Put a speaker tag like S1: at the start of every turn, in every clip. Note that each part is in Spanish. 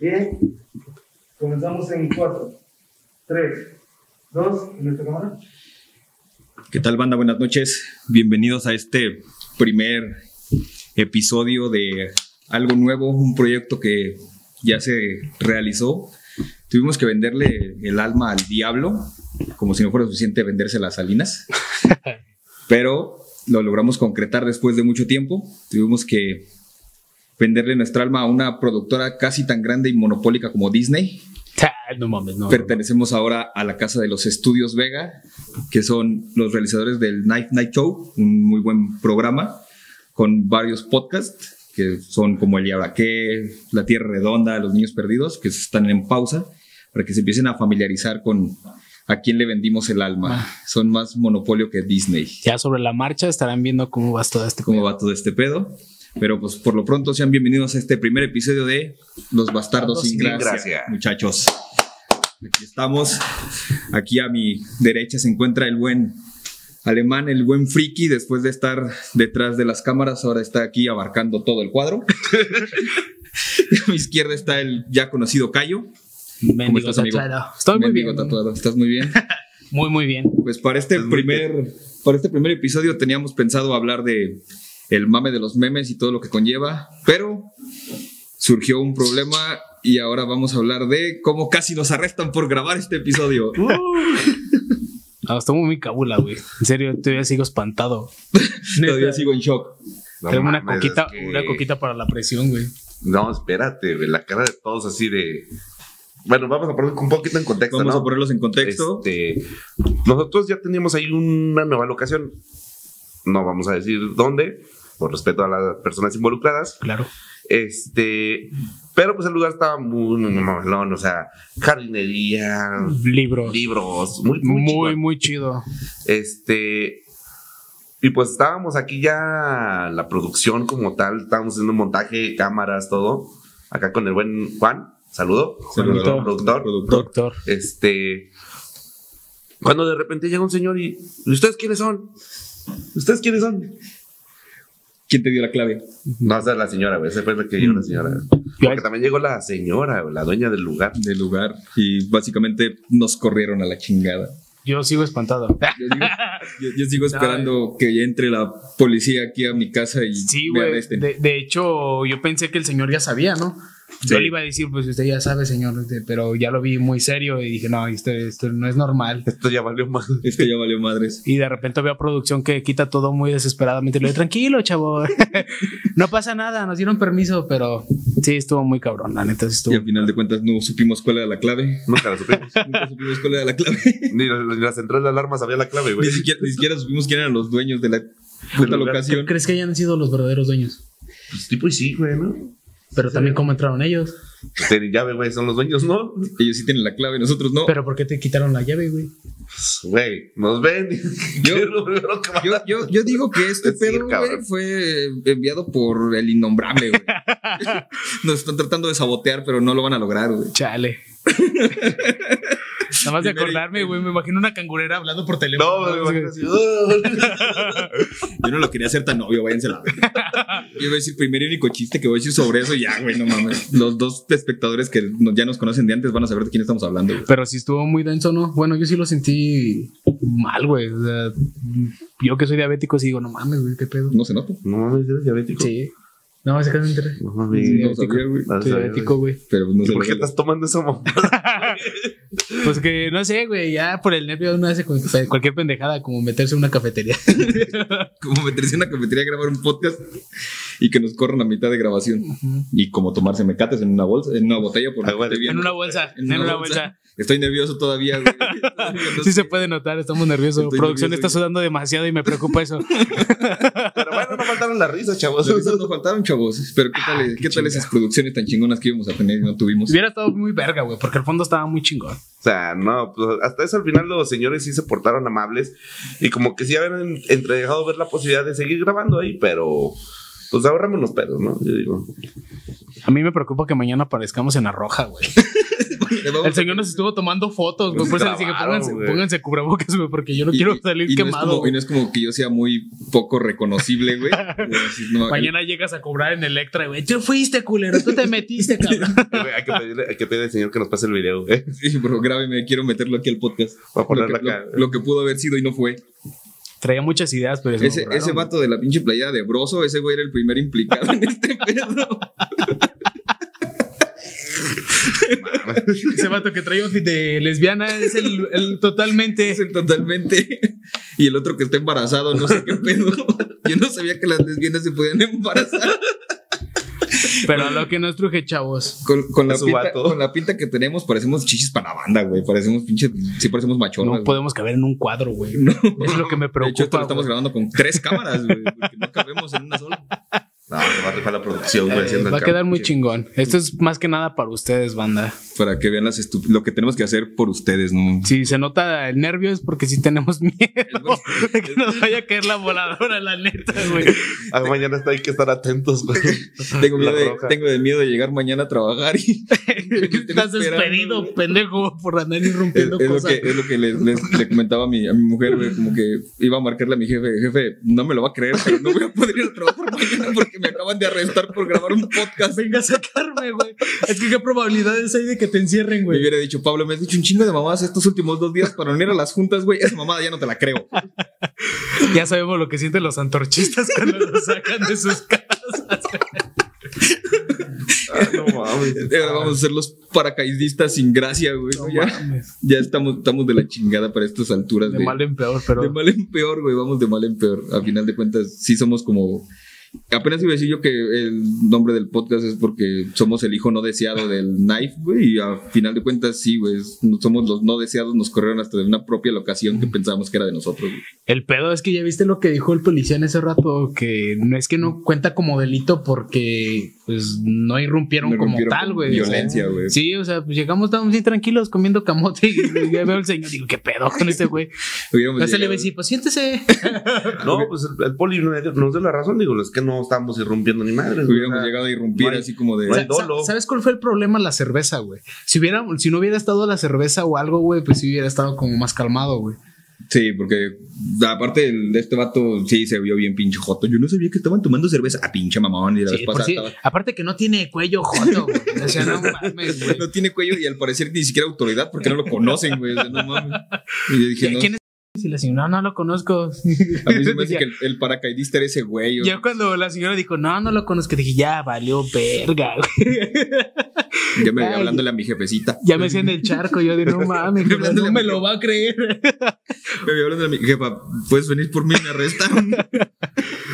S1: Bien, comenzamos en 4, 3, 2, en nuestra cámara.
S2: ¿Qué tal, banda? Buenas noches. Bienvenidos a este primer episodio de algo nuevo, un proyecto que ya se realizó. Tuvimos que venderle el alma al diablo, como si no fuera suficiente venderse las salinas, pero lo logramos concretar después de mucho tiempo. Tuvimos que venderle nuestra alma a una productora casi tan grande y monopólica como Disney.
S3: No mames, no.
S2: Pertenecemos ahora a la casa de los estudios Vega, que son los realizadores del Night Night Show, un muy buen programa con varios podcasts que son como El y ahora qué, La Tierra Redonda, Los Niños Perdidos, que están en pausa para que se empiecen a familiarizar con a quién le vendimos el alma.
S3: Ah.
S2: Son más monopolio que Disney.
S3: Ya sobre la marcha estarán viendo cómo va todo este.
S2: Cómo va todo este pedo. Pero pues por lo pronto sean bienvenidos a este primer episodio de Los Bastardos sin gracia, muchachos. Aquí estamos. Aquí a mi derecha se encuentra el buen alemán, el buen friki. Después de estar detrás de las cámaras, ahora está aquí abarcando todo el cuadro. a mi izquierda está el ya conocido Cayo.
S3: Mendigo
S2: estás, amigo?
S3: tatuado. Estoy muy
S2: Mendigo
S3: bien.
S2: tatuado. Estás muy bien.
S3: Muy, muy bien.
S2: Pues para este primer para este primer episodio teníamos pensado hablar de el mame de los memes y todo lo que conlleva, pero surgió un problema y ahora vamos a hablar de cómo casi nos arrestan por grabar este episodio.
S4: Uh.
S3: No, estoy muy cabula, güey. En serio, todavía sigo espantado.
S2: Todavía
S3: Neta.
S2: sigo en shock.
S4: No
S3: Tengo una
S4: mames,
S3: coquita,
S4: es que-
S3: una coquita para la presión, güey.
S4: No, espérate, güey, la cara de todos así de. Bueno, vamos a poner un poquito en contexto.
S2: Vamos
S4: ¿no?
S2: a ponerlos en contexto.
S4: Este, nosotros ya teníamos ahí una nueva locación. No vamos a decir dónde, por respeto a las personas involucradas.
S3: Claro.
S4: Este, pero pues el lugar estaba muy mamalón, o sea, jardinería,
S3: Libro.
S4: libros, muy, Ah. muy,
S3: Muy,
S4: chingón.
S3: muy chido.
S4: Este. Y pues estábamos aquí ya la producción como tal, estábamos haciendo montaje, cámaras, todo. Acá con el buen Juan, saludo.
S2: Saludos,
S3: Productor.
S4: productor.
S2: productor.
S3: Doctor.
S4: Este. Cuando de repente llega un señor y. ¿y ¿Ustedes quiénes son? ¿Ustedes quiénes son?
S2: ¿Quién te dio la clave?
S4: No, esa es la señora, güey. Esa fue la que llegó la señora. Porque también llegó la señora, güey, la dueña del lugar.
S2: Del lugar. Y básicamente nos corrieron a la chingada.
S3: Yo sigo espantado.
S4: Ah,
S2: Yo digo- Yo, yo sigo esperando que ya entre la policía aquí a mi casa y este.
S3: Sí,
S2: me
S3: güey.
S4: este.
S2: arresten.
S3: De, de hecho, yo pensé que el señor ya sabía, ¿no? Yo
S2: Sí.
S3: le iba a decir, pues usted ya sabe, señor, este, pero ya lo vi muy serio y dije, no, esto, esto no es normal.
S4: Esto ya valió más.
S2: Esto Este ya valió madres.
S3: Y de repente veo a producción que quita todo muy desesperadamente. y Le digo, tranquilo, chavo. no pasa nada, nos dieron permiso, pero sí, estuvo muy cabrón, la neta. sí
S2: Y
S3: Estuvo...
S2: al final de cuentas no supimos cuál era la clave.
S4: Nunca la supimos.
S2: Nunca supimos cuál era la clave.
S4: Ni la, ni la central de alarma sabía la clave, güey.
S2: Ni siquiera, ni siquiera supimos quién eran los dueños de la puta
S4: lugar.
S2: locación.
S3: ¿Crees que hayan sido los verdaderos dueños?
S4: Pues tipo, y sí, güey, ¿no?
S3: Pero también cómo entraron ellos.
S4: Tienen llave, güey, son los dueños, ¿no?
S2: Ellos sí tienen la clave, nosotros no.
S3: Pero ¿por qué te quitaron la llave, güey?
S4: Güey, nos ven.
S2: Yo-
S4: ¿Qué es lo primero que van
S2: yo,
S4: a-
S2: yo, yo digo que este
S4: Sí,
S2: pedo güey,
S4: cabrón.
S2: fue enviado por el innombrable. güey. Nos están tratando de sabotear, pero no lo van a lograr. güey.
S3: Chale. Nada más de
S2: Primero y-
S3: acordarme, güey, me imagino una cangurera hablando por teléfono.
S4: No, me
S3: güey.
S4: imagino así, "Oh".
S2: Yo no lo quería hacer tan obvio, váyanse a la verga. Yo voy a decir primero y único chiste que voy a decir sobre eso y ya, güey, no mames. Los dos espectadores que no- ya nos conocen de antes van a saber de quién estamos hablando. güey.
S3: Pero sí estuvo muy denso, ¿no? Bueno, yo sí lo sentí mal, güey. O sea, yo que soy diabético, sí digo, no mames, güey, qué pedo.
S2: No se nota.
S4: No mames, eres diabético.
S3: Sí. No, más acá me enteré.
S4: No mames.
S3: Sí,
S2: No sabía, güey.
S4: No
S3: Soy
S4: sabía,
S3: diabético,
S4: güey.
S3: güey.
S2: Pero no
S4: ¿Y
S2: se
S4: ¿Por
S2: le
S4: qué
S2: ve la-
S4: estás tomando esa mamada?
S3: Pues que no sé, güey, ya por el nervio uno hace cu- cualquier pendejada como meterse en una cafetería.
S2: como meterse en una cafetería a grabar un podcast y que nos corran a mitad de grabación. Y como tomarse mecates en una bolsa, en una botella, por
S4: Ah, bueno,
S2: estoy
S3: En
S2: viendo.
S3: una bolsa, en, una bolsa.
S2: Estoy nervioso todavía, güey. No
S3: Sí
S2: sé.
S3: se puede notar, estamos nerviosos.
S2: Estoy
S3: Producción
S2: nervioso,
S3: está sudando demasiado y me preocupa eso.
S4: Pero bueno, no faltaron las risas, chavos.
S2: Las risas no faltaron, chavos. Pero
S3: Ah,
S2: qué tal, qué tal esas producciones tan chingonas que íbamos a tener y no tuvimos.
S3: Hubiera estado muy verga, güey, porque el fondo estaba muy chingón.
S4: O sea, no, pues hasta eso al final los señores sí se portaron amables y como que sí habían entregado ver la posibilidad de seguir grabando ahí, pero pues ahorramos los pedos, ¿no? Yo digo,
S3: A mí me preocupa que mañana aparezcamos en la roja, güey.
S4: Le vamos
S3: El
S4: a-
S3: señor nos estuvo tomando fotos, güey.
S4: Nos
S3: Por eso les dije,
S4: grabaron,
S3: pónganse,
S4: güey.
S3: pónganse cubrebocas, güey, porque yo no quiero salir
S2: y no es
S3: quemado.
S2: como- y no es como que yo sea muy poco reconocible, güey. Así, no, eh.
S3: Mañana llegas a cobrar en Electra, güey. Tú fuiste, culero. Tú te metiste, cabrón.
S4: Güey, Hay que, pedirle, hay que pedirle al señor que nos pase el video, ¿eh? güey.
S2: Sí, bro, grábeme, quiero meterlo aquí al podcast.
S4: Voy a ponerlo
S2: lo, que,
S4: acá.
S2: lo- lo que pudo haber sido y no fue.
S3: Traía muchas ideas, pero se me
S2: Ese,
S3: borraron,
S2: ese
S3: güey.
S2: vato de la pinche playera de Broso, ese güey era el primer implicado en este pedo.
S3: Ese vato que traía outfit de lesbiana es el, el totalmente.
S2: Es el totalmente. Y el otro que está embarazado, no sé qué pedo. Yo no sabía que las lesbianas se podían embarazar.
S3: Pero a lo que nos truje, chavos.
S2: Con, con la,
S4: Su
S2: pinta,
S4: vato.
S2: con la pinta que tenemos, parecemos chichis para la banda, güey. Parecemos pinche. Sí, parecemos machonas.
S3: No
S2: güey.
S3: podemos caber en un cuadro, güey.
S2: No.
S3: Es lo que me
S2: de hecho, esto
S3: preocupa.
S2: lo estamos
S3: güey.
S2: grabando con tres cámaras, güey. Porque no cabemos en una sola.
S4: No, se va a rifar la producción, güey.
S3: Eh,
S4: haciendo
S3: va a
S4: el
S3: quedar muy
S4: cambio.
S3: chingón. Esto es más que nada para ustedes, banda.
S2: Para que vean las estu- lo que tenemos que hacer por ustedes, ¿no?
S3: Si se nota el nervio es porque sí tenemos miedo
S2: porque-
S3: de que nos vaya a caer la voladora, la neta, güey.
S4: Ah, mañana está- hay que estar atentos, güey.
S2: Tengo miedo,
S4: La
S2: de,
S4: roja.
S2: tengo de miedo de llegar mañana a trabajar y.
S3: Estás
S2: esperando,
S3: despedido,
S2: güey.
S3: pendejo, por andar
S2: Es,
S3: irrumpiendo
S2: es lo
S3: cosas.
S2: que, es lo que le, le- le comentaba a mi, a mi mujer, güey, como que iba a marcarle a mi jefe, jefe, no me lo va a creer, pero no voy a poder ir a trabajar mañana porque me acaban de arrestar por grabar un podcast.
S3: Venga a sacarme, güey. Es que qué probabilidades hay de que te encierren,
S2: Me
S3: güey.
S2: hubiera dicho, Pablo, me has dicho un chingo de mamadas estos últimos dos días para unir a las juntas, güey. Esa mamada ya no te la creo.
S3: Ya sabemos lo que sienten los antorchistas cuando los sacan de sus casas.
S4: Ah, no mames.
S2: Eh, Ahora vamos a ser los paracaidistas sin gracia, güey. ¿no? ya ya estamos, estamos de la chingada para estas alturas.
S3: De mal en peor, pero.
S2: De mal en peor, güey, vamos de mal en peor. A final de cuentas, sí somos como... Apenas iba a decir yo que el nombre del podcast es porque somos el hijo no deseado del Knife, güey, y a final de cuentas sí, güey, es- no- somos los no deseados, nos corrieron hasta de una propia locación que pensábamos que era de nosotros. güey.
S3: El pedo es que ya viste lo que dijo el policía en ese rato, que no es que no cuenta como delito porque pues no irrumpieron
S2: No
S3: como
S2: rompieron
S3: tal,
S2: con
S3: güey.
S2: Violencia,
S3: O sea,
S2: güey.
S3: Sí, o sea, pues llegamos, estábamos bien tranquilos comiendo camote y ya veo al señor, digo, ¿qué pedo con este güey?
S2: Hubiéramos
S3: No se le
S2: llegado-
S3: ve así, pues siéntese.
S4: No, pues el, el poli no- nos dio la razón, digo, es que no estamos irrumpiendo ni madre. güey.
S2: Hubiéramos
S4: O sea,
S2: llegado a irrumpir
S4: no hay-
S2: así como de...
S4: no hay-
S3: Sa- sa-
S4: dolo.
S3: ¿Sabes cuál fue el problema? La cerveza, güey. Si hubiera, si no hubiera estado la cerveza o algo, güey, pues sí hubiera estado como más calmado, güey.
S2: Sí, porque aparte el- de este vato sí se vio bien pinche joto. Yo no sabía que estaban tomando cerveza. Ah, pinche mamón. Y la
S3: Sí,
S2: vez
S3: por
S2: pasada
S3: sí-
S2: estaba-
S3: aparte que no tiene cuello joto, güey. O sea, no mames, güey.
S2: No tiene cuello y al parecer ni siquiera autoridad porque no lo conocen, güey. O sea, no mames. Y yo dije,
S3: ¿Qui-
S2: no,
S3: ¿Quién es? Y la señora, no, no lo conozco.
S2: a mí se me hace que el, el paracaidista era ese güey. o-
S3: Ya cuando la señora dijo, no, no lo conozco, dije, ya valió verga, güey.
S2: Ya me veía
S3: Ay.
S2: hablándole a mi jefecita.
S3: Ya me hacía en el charco, yo de no mames,
S2: Me
S3: cabrón, no
S2: hablando
S3: me
S2: de-
S3: lo va a creer.
S2: Me veía hablándole a mi jefa, puedes venir por mí, me arrestaron.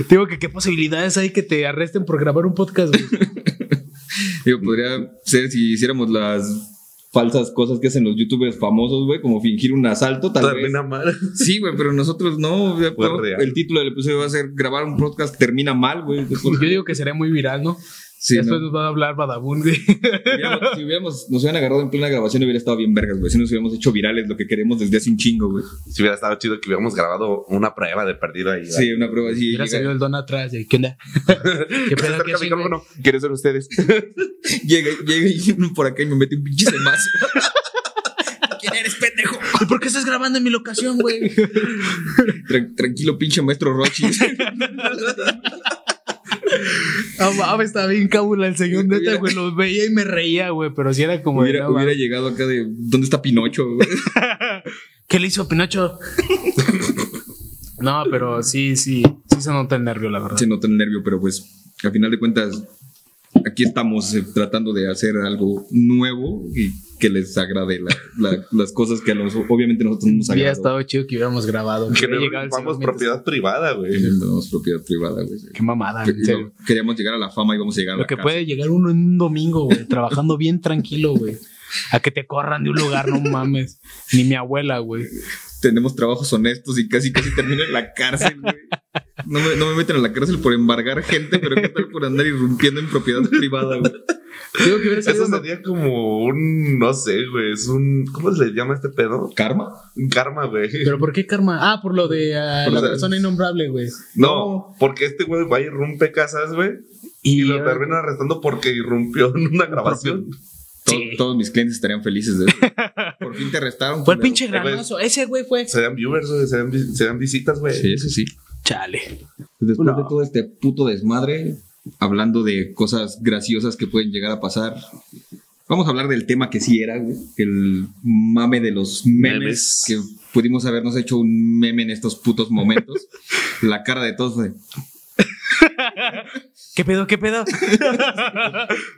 S3: Digo que qué posibilidades hay que te arresten por grabar un podcast, güey.
S2: Digo, podría ser si hiciéramos las falsas cosas que hacen los youtubers famosos, güey, como fingir un asalto, tal vez.
S4: termina mal.
S2: Sí, güey, pero nosotros no. o sea,
S4: Fue
S2: no,
S4: real.
S2: el título del episodio va a ser grabar un podcast termina mal, güey.
S3: Yo digo que sería muy viral, ¿no?
S2: Sí,
S3: Después
S2: no.
S3: nos va a hablar Badabun, güey.
S2: Hubiéramos- si hubiéramos, nos hubieran agarrado en plena grabación, hubiera estado bien vergas, güey. Si nos hubiéramos hecho virales lo que queremos desde hace un chingo, güey.
S4: Si hubiera estado chido que hubiéramos grabado una prueba de perdido ahí.
S2: Sí, una prueba así.
S3: Hubiera
S2: Llega,
S3: salido el don atrás, de, ¿qué onda? ¿Qué pedo
S4: Se acerca
S3: que
S4: el
S3: hacen, güey?
S4: micrófono. ¿Quieren ser ustedes?
S2: llega, llega y por acá y me mete un pinche semazo. ¿Quién eres, pendejo?
S3: ¿Y ¿Por qué estás grabando en mi locación, güey?
S2: Tran- tranquilo, pinche maestro Rochi.
S3: No mames, Ah, estaba bien cabula el señor, neta, güey. Lo veía y me reía, güey. Pero si era como. de,
S2: hubiera,
S3: no mames.
S2: hubiera llegado acá de ¿dónde está Pinocho? güey?
S3: ¿Qué le hizo Pinocho? no, pero sí, sí, sí se nota el nervio, la verdad.
S2: Se nota el nervio, pero pues al final de cuentas aquí estamos eh, tratando de hacer algo nuevo y que les agrade la- la- las cosas que a los, obviamente nosotros no nos
S3: Había
S2: agradan.
S3: estado chido que hubiéramos grabado.
S4: Que
S3: hubiera
S4: no
S3: llegado el
S4: ocupamos
S3: señor mientras-
S4: propiedad privada,
S2: Y
S4: güey.
S2: no tenemos propiedad privada, güey.
S3: Qué mamada, Ah, en
S2: Y
S3: serio.
S2: lo- Queríamos llegar a la fama y vamos a llegar a
S3: Lo
S2: la
S3: que
S2: casa.
S3: puede llegar uno en un domingo, güey, trabajando bien tranquilo, güey. A que te corran de un lugar, no mames. Ni mi abuela, güey.
S2: Tenemos trabajos honestos y casi casi termino en la cárcel, güey. No me, no me meten a la cárcel por embargar gente, pero qué tal por andar irrumpiendo en propiedad privada, güey.
S3: Digo que hubiera
S4: Eso
S3: sido
S4: sería como un, no sé, güey, es un, ¿cómo se le llama a este pedo?
S2: ¿Karma?
S4: Un karma, güey.
S3: ¿Pero por qué karma? Ah, por lo de ah,
S4: Por
S3: la
S4: lo de-
S3: persona innombrable, güey.
S4: No, porque este güey va y irrumpe casas, güey, y, lo
S3: ahora-
S4: termina arrestando porque irrumpió en una grabación.
S2: To-
S3: Sí.
S2: Todos mis clientes estarían felices de eso. Por fin te restaron.
S3: Fue el
S2: culero.
S3: pinche
S4: güey.
S3: granoso. Ese güey fue.
S4: Se dan viewers, güey, se dan, vi- se dan visitas, güey.
S2: Sí, eso sí.
S3: Chale.
S2: Después
S3: No.
S2: de todo este puto desmadre, hablando de cosas graciosas que pueden llegar a pasar, vamos a hablar del tema que sí era, güey, el mame de los memes,
S4: Memes.
S2: que pudimos habernos hecho un meme en estos putos momentos. La cara de todos de,
S3: ¿Qué pedo? ¿Qué pedo?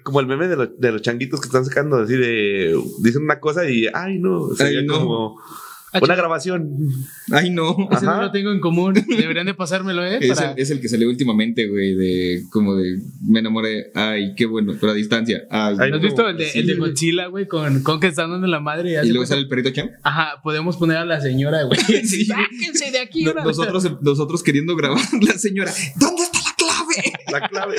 S4: Como el meme de, lo- de los changuitos que están sacando, así de. Dicen una cosa y. Ay, no. Sería
S2: no.
S4: como.
S3: Ah,
S4: Una grabación.
S2: ay no.
S3: Ese no
S4: Ajá.
S3: lo tengo en común. Deberían de pasármelo, ¿eh?
S2: Es
S3: Para-
S2: el, es el que salió últimamente, güey, de como de me enamoré, ay, qué bueno, pero a distancia. Ay,
S4: Ay,
S2: no.
S3: ¿Has visto el de,
S4: Sí,
S3: el de
S4: güey.
S3: Godzilla, güey? Con, con que están dando la madre. y hace
S2: Y luego
S3: cuenta-
S2: sale el perrito Chan.
S3: Ajá, podemos poner a la señora, güey.
S2: Sí.
S3: Sáquense de aquí,
S2: No-
S3: ahora.
S2: nosotros, nosotros queriendo grabar la señora. ¿Dónde está la clave?
S4: La clave.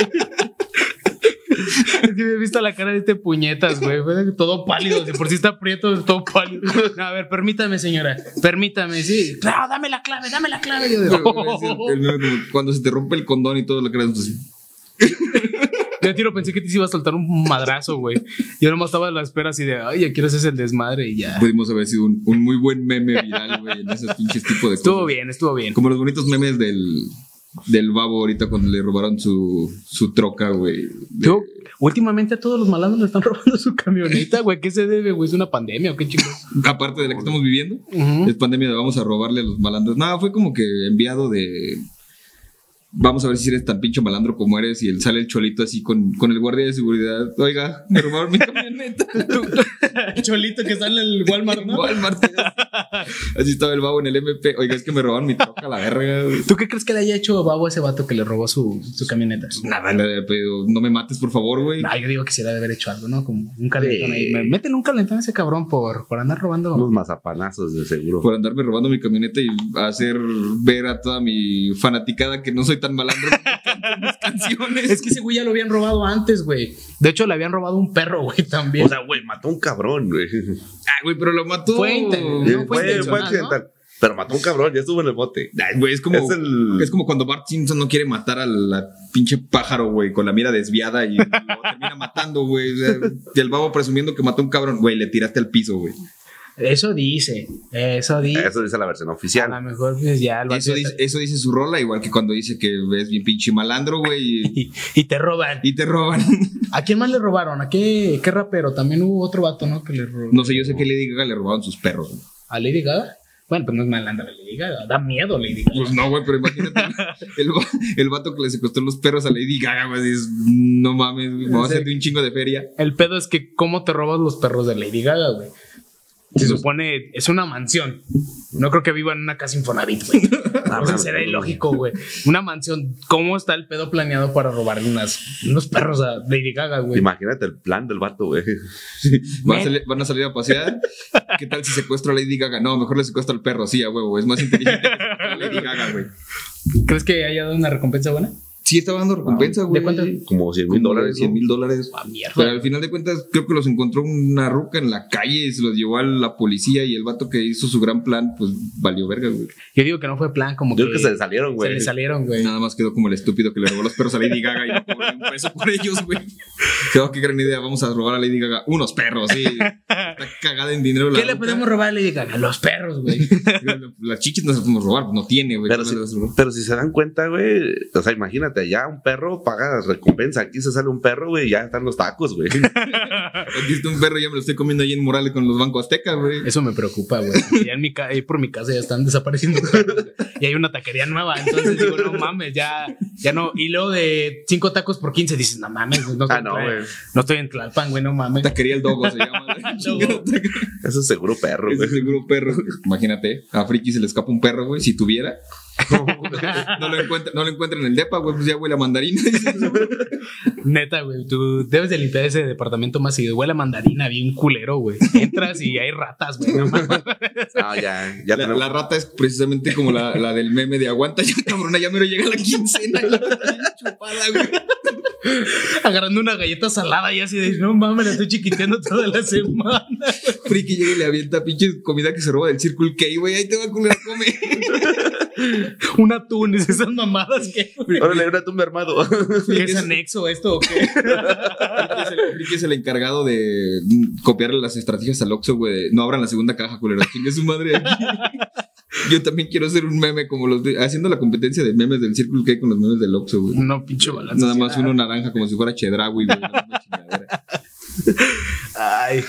S3: Es que me he visto la cara de este puñetas, güey. Fue de- Todo pálido. De por sí está prieto, todo pálido. No, a ver, permítame, señora. Permítame, sí. Claro, dame la clave, dame la clave. Yo digo,
S2: El meme como Cuando se te rompe el condón y todo lo que eres, pues,
S3: De tiro pensé que te iba a soltar un madrazo, güey. Yo nomás estaba a la espera así de, ay, ya quiero hacer el desmadre y ya.
S2: pudimos haber sido un, un muy buen meme viral, güey, en esos pinches tipos de
S3: Estuvo
S2: cosas.
S3: bien, estuvo bien.
S2: Como los bonitos memes del, del babo ahorita cuando le robaron su, su troca, güey. De-
S3: Yo, últimamente a todos los malandros le están robando su camioneta, güey. ¿Qué se debe, güey? ¿Es una pandemia o qué chicos?
S2: Aparte de la que estamos viviendo, es pandemia de vamos a robarle a los malandros. Nada, fue como que enviado de. Vamos a ver si eres tan pinche malandro como eres. Y él sale el cholito así con, con el guardia de seguridad. Oiga, me robaron mi camioneta.
S3: Cholito que sale en el Walmart,
S2: Walmart. Así estaba el babo en el MP. Oiga, es que me robaron mi troca a la verga.
S3: ¿Tú qué crees que le haya hecho Babo a ese vato que le robó su, su camioneta?
S2: Nada, le había pedido, no me mates, por favor, güey.
S3: No, yo digo que sí le ha de haber hecho algo, ¿no? Como un calentón ahí. Me- Métele un calentón a ese cabrón por, por andar robando.
S4: Unos mazapanazos, de seguro.
S2: Por andarme robando mi camioneta y hacer ver a toda mi fanaticada que no soy tan malandro como cantan mis canciones.
S3: Es que ese güey ya lo habían robado antes, güey. De hecho, le habían robado un perro, güey, también.
S4: O sea, güey, mató a un cabrón, güey.
S2: Ah, güey, pero lo mató.
S3: Fue inten- No fue
S4: fue, fue
S3: intencional,
S4: accidental. Pero mató a un cabrón, ya estuvo en el bote.
S2: Ay, güey, es como,
S4: Es
S2: es,
S4: el-
S2: como cuando Bart Simpson no quiere matar a la pinche pájaro, güey, con la mira desviada y lo termina matando, güey. O sea, y el babo presumiendo que mató a un cabrón, güey, le tiraste al piso, güey.
S3: Eso dice. Eso dice.
S4: Eso dice la versión
S3: A
S4: oficial.
S2: Ah,
S3: lo mejor pues, ya el vato
S2: Eso
S3: ya
S2: dice,
S3: está-
S2: eso dice su rola, igual que cuando dice que es bien pinche malandro, güey, y,
S3: Y, y te roban.
S2: y te roban.
S3: ¿A quién más le robaron? ¿A qué, qué rapero? También hubo otro vato, ¿no? Que le robó.
S2: No sé, yo sé que Lady Gaga le robaron sus perros. güey.
S3: ¿A Lady Gaga? Bueno, pues no es malandra Lady Gaga. Da miedo Lady Gaga.
S2: Pues no, güey, pero imagínate el, va- el vato que le secuestró los perros a Lady Gaga, güey, dices, no mames, güey, me va a
S3: Sí.
S2: hacer de un chingo de feria.
S3: El pedo es que cómo te robas los perros de Lady Gaga, güey. Se supone, es una mansión. No creo que viva en una casa Infonavit, güey.
S4: Ah,
S3: O sea,
S4: mames.
S3: será ilógico, güey. Una mansión, ¿cómo está el pedo planeado para robarle unas, unos perros a Lady Gaga, güey?
S4: Imagínate el plan del vato, güey.
S2: Van a,
S3: Neta.
S2: salir, van a salir a pasear. ¿Qué tal si secuestro a Lady Gaga? No, mejor le secuestro al perro, sí, a huevo. Es más inteligente que secuestrar a Lady Gaga, güey.
S3: ¿Crees que haya dado una recompensa buena?
S2: Sí, estaba dando recompensa, güey.
S3: ¿De cuánto?
S4: Como 100 mil
S2: Como
S4: dólares.
S2: 100
S4: ¿no?
S2: mil dólares.
S3: Ah,
S2: Pero
S3: mierda.
S2: al final de cuentas, creo que los encontró una ruca en la calle y se los llevó a la policía. Y el vato que hizo su gran plan, pues valió verga, güey.
S3: Yo digo que no fue plan, como
S4: Yo creo
S3: que,
S4: que se le salieron,
S3: se
S4: güey.
S3: le salieron, güey.
S2: Nada más quedó como el estúpido que le robó los perros a Lady Gaga y no cobró ni un peso por ellos, güey. Creo que gran idea. Vamos a robar a Lady Gaga unos perros, sí. Está cagada en dinero. la
S3: ¿Qué le
S2: ruca.
S3: podemos robar a Lady Gaga? Los perros, güey.
S2: Las chichis no se las podemos robar, no tiene, güey.
S4: Pero
S2: ¿Cómo
S4: si,
S2: las robó?
S4: pero si se dan cuenta, güey, o sea, imagínate, allá un perro paga recompensa, aquí se sale un perro, güey, y ya están los tacos, güey.
S2: Aquí está un perro, ya me lo estoy comiendo ahí en Morales con los bancos aztecas, güey.
S3: Eso me preocupa, güey. porque Ya en mi ca- ahí por mi casa ya están desapareciendo. perros, güey. y hay una taquería nueva. Entonces digo, no mames, ya, ya no. Y luego de cinco tacos por 15 dices, no mames, güey, no, estoy
S4: Ah, no,
S3: en Tla-
S4: güey.
S3: no estoy en Tlalpan, güey, no mames.
S2: Taquería el Dogo se llama.
S3: Dogo.
S4: Eso es seguro perro,
S2: Ese
S4: güey.
S2: es seguro perro. güey. Imagínate, a Friki se le escapa un perro, güey, si tuviera. No lo encuentra, no lo encuentra en el depa, güey, pues ya huele a mandarina.
S3: Neta, güey, tú debes de limpiar ese departamento más seguido. Huele a mandarina, bien culero, güey. Entras y hay ratas, güey, no mames.
S4: Ah, ya, ya
S2: La,
S4: tenemos.
S2: la rata es precisamente como la, la del meme de aguanta ya, cabrona, ya me lo llega la quincena y la rata bien chupada, güey.
S3: Agarrando una galleta salada y así de, no mames, la estoy chiquiteando toda la semana.
S2: Friki llega y le avienta pinche comida que se roba del Circle K, güey, ahí te va a comer, come.
S3: Un atún, es esas mamadas que.
S4: Órale, una tumba armado.
S3: ¿Qué es anexo a esto o qué?
S2: Friki es el- Friki es el encargado de mm, copiarle las estrategias al Oxxo, güey. de, No abran la segunda caja, culero. Chingue su madre. aquí". Yo también quiero hacer un meme como los de, haciendo la competencia de memes del Círculo que hay con los memes del Oxxo, güey.
S3: No, pinche balance.
S2: Nada más uno naranja como si fuera Chedraui, güey. una chingadera.
S3: Ay,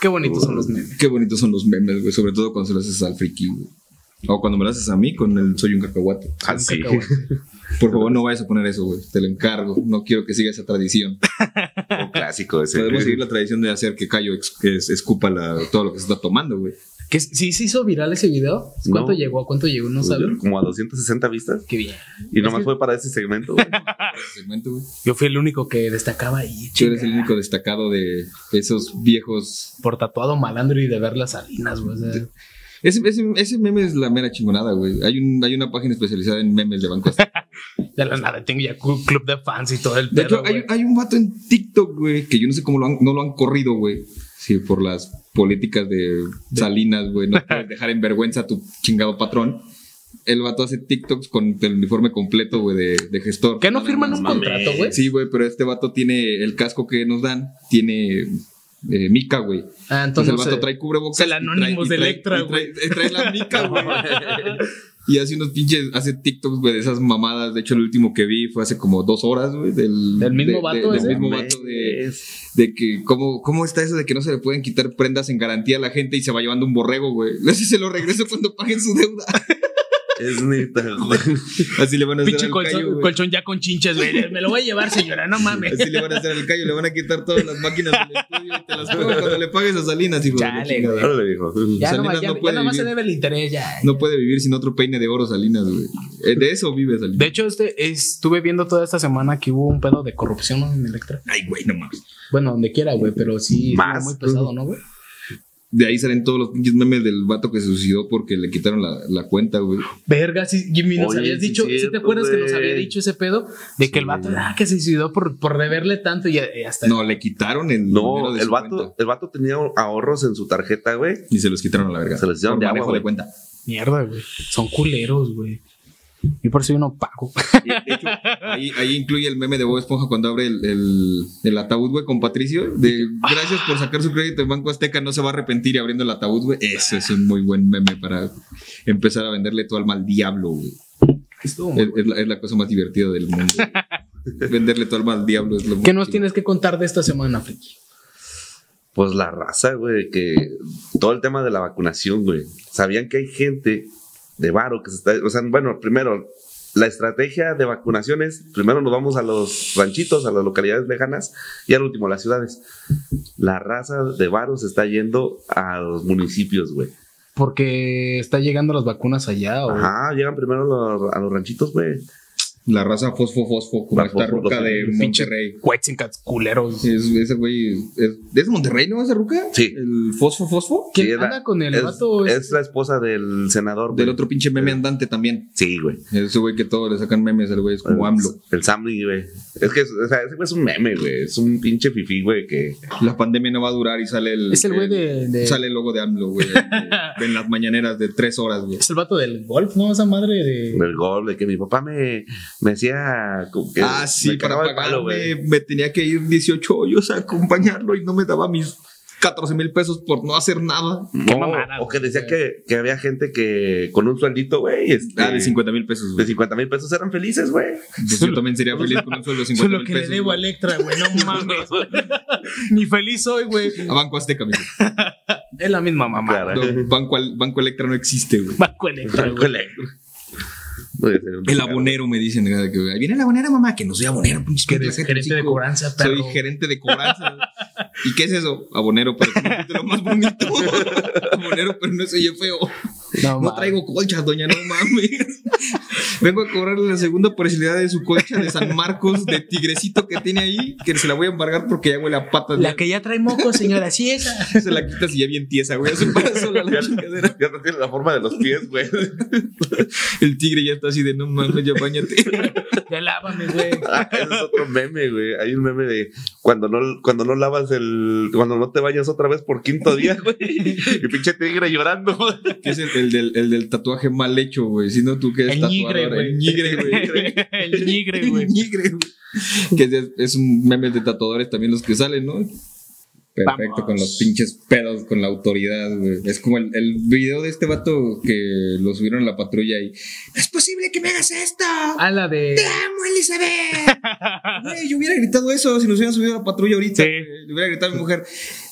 S3: qué bonitos son los memes.
S2: Qué bonitos son los memes, güey. Sobre todo cuando se los haces al friki, güey. O cuando me lo haces a mí con el soy un cacahuate.
S4: Ah, sí.
S2: Por favor, no vayas a poner eso, güey. Te lo encargo. No quiero que siga esa tradición.
S4: Un clásico ese.
S2: Podemos seguir la tradición de hacer que Cayo ex- que es- escupa la- todo lo que se está tomando, güey.
S3: ¿Qué- ¿Sí se hizo viral ese video? ¿Cuánto
S4: No.
S3: llegó? ¿A cuánto llegó?
S2: Pues
S3: No saben.
S4: Pues, Como a 260 vistas.
S3: Qué bien.
S4: Y
S3: Es
S4: nomás
S3: que-
S4: fue para ese segmento. güey.
S2: Ese segmento, güey.
S3: Yo fui el único que destacaba ahí.
S2: Tú eres
S3: chinga.
S2: el único destacado de esos viejos.
S3: Por tatuado malandro y de ver las salinas, güey. o sea,
S2: Ese, ese, ese meme es la mera chingonada, güey. Hay, un, hay una página especializada en memes de Banco Azteca.
S3: de la nada tengo ya clu- club de fans y todo el
S2: De
S3: pedo,
S2: hecho, hay,
S3: güey.
S2: hay un vato en TikTok, güey, que yo no sé cómo lo han- no lo han corrido, güey. Sí, por las políticas de Salinas, güey. No puedes dejar en vergüenza a tu chingado patrón. El vato hace TikToks con el uniforme completo, güey, de, de gestor.
S3: ¿Qué no firman un
S4: mames.
S3: contrato, güey?
S2: Sí, güey, pero este vato tiene el casco que nos dan, tiene eh, mica, güey.
S3: Ah,
S2: Entonces
S3: entonces.
S2: Pues el vato trae cubrebocas.
S3: es el
S2: y trae-
S3: Anonymous
S2: y
S3: de
S2: trae-
S3: Electra,
S2: y trae- Trae, la mica, güey. Y hace unos pinches, hace TikToks, güey, de esas mamadas. De hecho, el último que vi fue hace como dos horas, güey. Del,
S3: ¿Del mismo
S2: de- de-
S3: vato ese?
S2: Del mismo vato de, de que, ¿cómo, ¿cómo está eso de que no se le pueden quitar prendas en garantía a la gente y se va llevando un borrego, güey? Así se lo regreso cuando paguen su deuda.
S4: Es neta, güey.
S2: Así le van a hacer
S3: eh, Pinche
S2: al
S3: colchón,
S2: callo, güey.
S3: colchón ya con chinches, güey. Me lo voy a llevar, señora, no mames.
S2: Así le van a hacer al callo, le van a quitar todas las máquinas del estudio y te las pagan cuando le pagues a Salinas, hijo de la
S3: Chale,
S2: chingada.
S3: güey.
S4: Ahora le dijo.
S3: Ya,
S2: Salinas
S3: nomás, ya,
S2: no
S3: ya
S2: puede
S3: nomás se
S2: vivir.
S3: debe el interés, ya.
S2: No puede vivir sin otro peine de oro, Salinas, güey. Eh, De eso vive Salinas.
S3: De hecho, este, estuve viendo toda esta semana que hubo un pedo de corrupción ¿no? en Electra.
S2: Ay, güey, no mames.
S3: Bueno, donde quiera, güey, pero sí, estuvo
S4: Más.
S3: muy
S2: pues.
S3: pesado, ¿no, güey?
S2: De ahí salen todos los pinches memes del vato que se suicidó porque le quitaron la, la cuenta, güey.
S3: Verga, sí, Jimmy, nos
S4: Oye,
S3: habías
S4: sí
S3: dicho,
S4: es
S3: ¿sí te
S4: cierto,
S3: acuerdas que nos
S4: güey.
S3: había dicho ese pedo? De que el vato, ah, que se suicidó por, por deberle tanto y eh, hasta...
S2: No, le quitaron el dinero
S4: No,
S2: de
S4: el
S2: su
S4: vato,
S2: cuenta.
S4: el vato tenía ahorros en su tarjeta, güey.
S2: Y se los quitaron a la verga.
S4: Se los hicieron
S2: Por
S4: de agua,
S2: manejo
S4: güey.
S2: de cuenta.
S3: Mierda, güey. Son culeros, güey. Yo por eso yo no pago.
S2: De- de hecho, ahí, ahí incluye el meme de Bob Esponja cuando abre el, el- el ataúd, güey, con Patricio. De gracias por sacar su crédito en Banco Azteca, no se va a arrepentir y abriendo el ataúd, güey. Eso es un muy buen meme para empezar a venderle tu alma al diablo, güey.
S3: Estuvo
S2: Es,
S3: muy-
S2: es la, es la cosa más divertida del mundo. güey. Venderle tu alma al diablo es lo
S3: ¿Qué
S2: más
S3: nos
S2: chido.
S3: tienes que contar de esta semana, Friki?
S4: Pues la raza, güey, que todo el tema de la vacunación, güey. Sabían que hay gente de varo que se está. O sea, bueno, primero, la estrategia de vacunación es: primero nos vamos a los ranchitos, a las localidades lejanas y al último, a las ciudades. La raza de varo se está yendo a los municipios, güey.
S3: Porque está llegando las vacunas allá, o...
S4: Ajá, llegan primero los- a los ranchitos, güey.
S2: La raza fosfo fosfo, como
S4: La
S2: esta
S4: fosfo,
S2: ruca
S4: los-
S2: de
S3: pinche-
S2: Monterrey.
S3: Cuetzincats, culeros.
S2: Es, ese güey es, es Monterrey, ¿no? Esa ruca.
S4: Sí.
S2: El fosfo fosfo.
S3: ¿Quién
S4: Sí, es la-
S3: anda con el
S4: es,
S3: vato?
S4: es la esposa del senador,
S2: Del
S4: güey.
S2: otro pinche meme andante también.
S4: Sí, güey.
S2: Ese güey que todo le sacan memes, el güey es como
S4: El,
S2: AMLO.
S4: el Sammy, güey. Es que o sea, ese güey es un meme, güey. Es un pinche fifí, güey, que.
S2: La pandemia no va a durar y sale el.
S3: Es el güey de- de-
S2: Sale el logo de AMLO, güey. en las mañaneras de tres horas, güey.
S3: Es el vato del golf, ¿no? Esa madre de...
S4: del gol, de que mi papá me, me hacía como que
S2: Ah, sí,
S4: me
S2: para
S4: cagaba el palo,
S2: pagarme
S4: güey.
S2: me tenía que ir 18 hoyos a acompañarlo y no me daba mis 14 mil pesos por no hacer nada.
S3: Qué
S4: O-
S3: mamada,
S4: o que
S3: güey.
S4: decía que, que había gente que con un sueldito, güey, este,
S2: Ah, de 50 mil pesos,
S4: de
S2: güey.
S4: 50 mil pesos eran felices, güey.
S2: Pues yo también sería feliz con un sueldo de 50
S3: Solo
S2: mil
S3: que
S2: pesos.
S3: le debo a
S2: güey.
S3: Electra, güey. No mames. Ni feliz soy, güey.
S2: A Banco Azteca, mijo.
S3: Es la misma mamá.
S4: Claro.
S2: No, Banco, Al- Banco Electra no existe, güey.
S3: Banco Electra, güey.
S4: Híjole. Puede ser un-
S2: El abonero me dicen, cada que ahí viene el abonero, mamá, que no soy abonero, pinche
S3: Que
S2: gente,
S3: eres
S2: gente,
S3: gerente de
S2: chico.
S3: cobranza, perro.
S2: Soy gerente de cobranza. ¿Y qué es eso? Abonero, pero es un título más bonito. Abonero, pero no soy yo feo.
S3: No,
S2: No
S3: mames.
S2: traigo colchas, doña, no mames. Vengo a cobrarle la segunda parcialidad de su colcha de San Marcos, de tigrecito que tiene ahí, que se la voy a embargar porque ya huele a patas.
S3: La que ya trae moco, señora. Sí, esa.
S2: Ya Se la quitas y ya bien tiesa, güey. Ya se para sola la chingadera.
S4: Ya no tiene la forma de los pies, güey.
S2: El tigre ya está así de no mames, ya bañate.
S3: Ya lávame, güey.
S4: Ah, Ese es otro meme, güey. Hay un meme de cuando no, cuando no lavas el. Cuando no te bañas otra vez por quinto día, güey. Y pinche tigre llorando, güey.
S2: Que es el, el, el del, el del tatuaje mal hecho, güey. Sino tú que eres
S3: El ñigre,
S2: tatuador, El
S3: güey.
S2: ñigre, güey.
S3: El ñigre,
S2: El
S3: güey.
S2: ñigre, güey. Que es, es un meme de tatuadores también los que salen, ¿no? Perfecto,
S3: Vamos.
S2: con los pinches pedos, con la autoridad, güey. Es como el, el video de este vato que lo subieron a la patrulla y... ¡Es posible que me hagas esto!
S3: A Ah, la de.
S2: ¡Te amo, Elizabeth! Güey, yo hubiera gritado eso si nos hubieran subido a la patrulla ahorita.
S3: Sí.
S2: güey. Le hubiera gritado a mi mujer,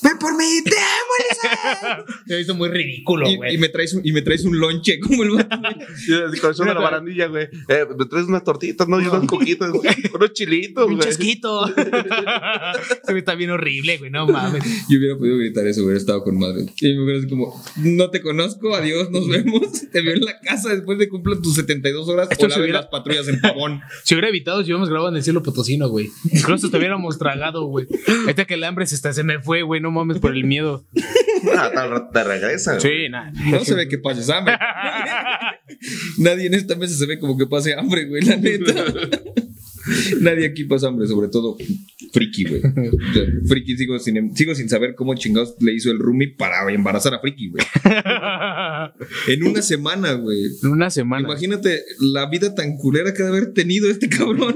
S2: ven por mí, te amo, Elizabeth.
S3: Se hizo muy ridículo,
S2: Y, y
S3: güey.
S2: me traes un, y me traes un lonche como el vato, güey.
S4: Con eso de la barandilla, güey. Eh, me traes unas tortitas, no, y unas coquitas, unos chilitos,
S3: Un
S4: güey.
S3: chasquito. Eso está bien horrible, güey. No mames.
S2: Yo hubiera podido gritar eso, hubiera estado con madre. Y mi mujer así como, no te conozco, adiós, nos vemos. Te veo en la casa después de cumplan tus 72 horas
S3: Esto
S2: o
S3: se
S2: laven
S3: hubiera-
S2: las patrullas en pavón.
S3: Si hubiera evitado, si hubiéramos grabado en el cielo potosino, güey. Incluso te hubiéramos tragado, güey. Ahorita que el hambre se, está, se me fue, güey. No mames por el miedo.
S4: Ah, te- te regresa. güey.
S3: Sí, nada.
S2: No se ve que pases hambre. Nadie en esta mesa se ve como que pase hambre, güey, la neta. Nadie aquí pasa hambre, sobre todo Friki, güey. O sea, Friki, sigo sin, em, sigo sin saber cómo chingados le hizo el Rumi para embarazar a Friki, güey. En una semana, güey.
S3: En una semana.
S2: Imagínate la vida tan culera que debe haber tenido este cabrón.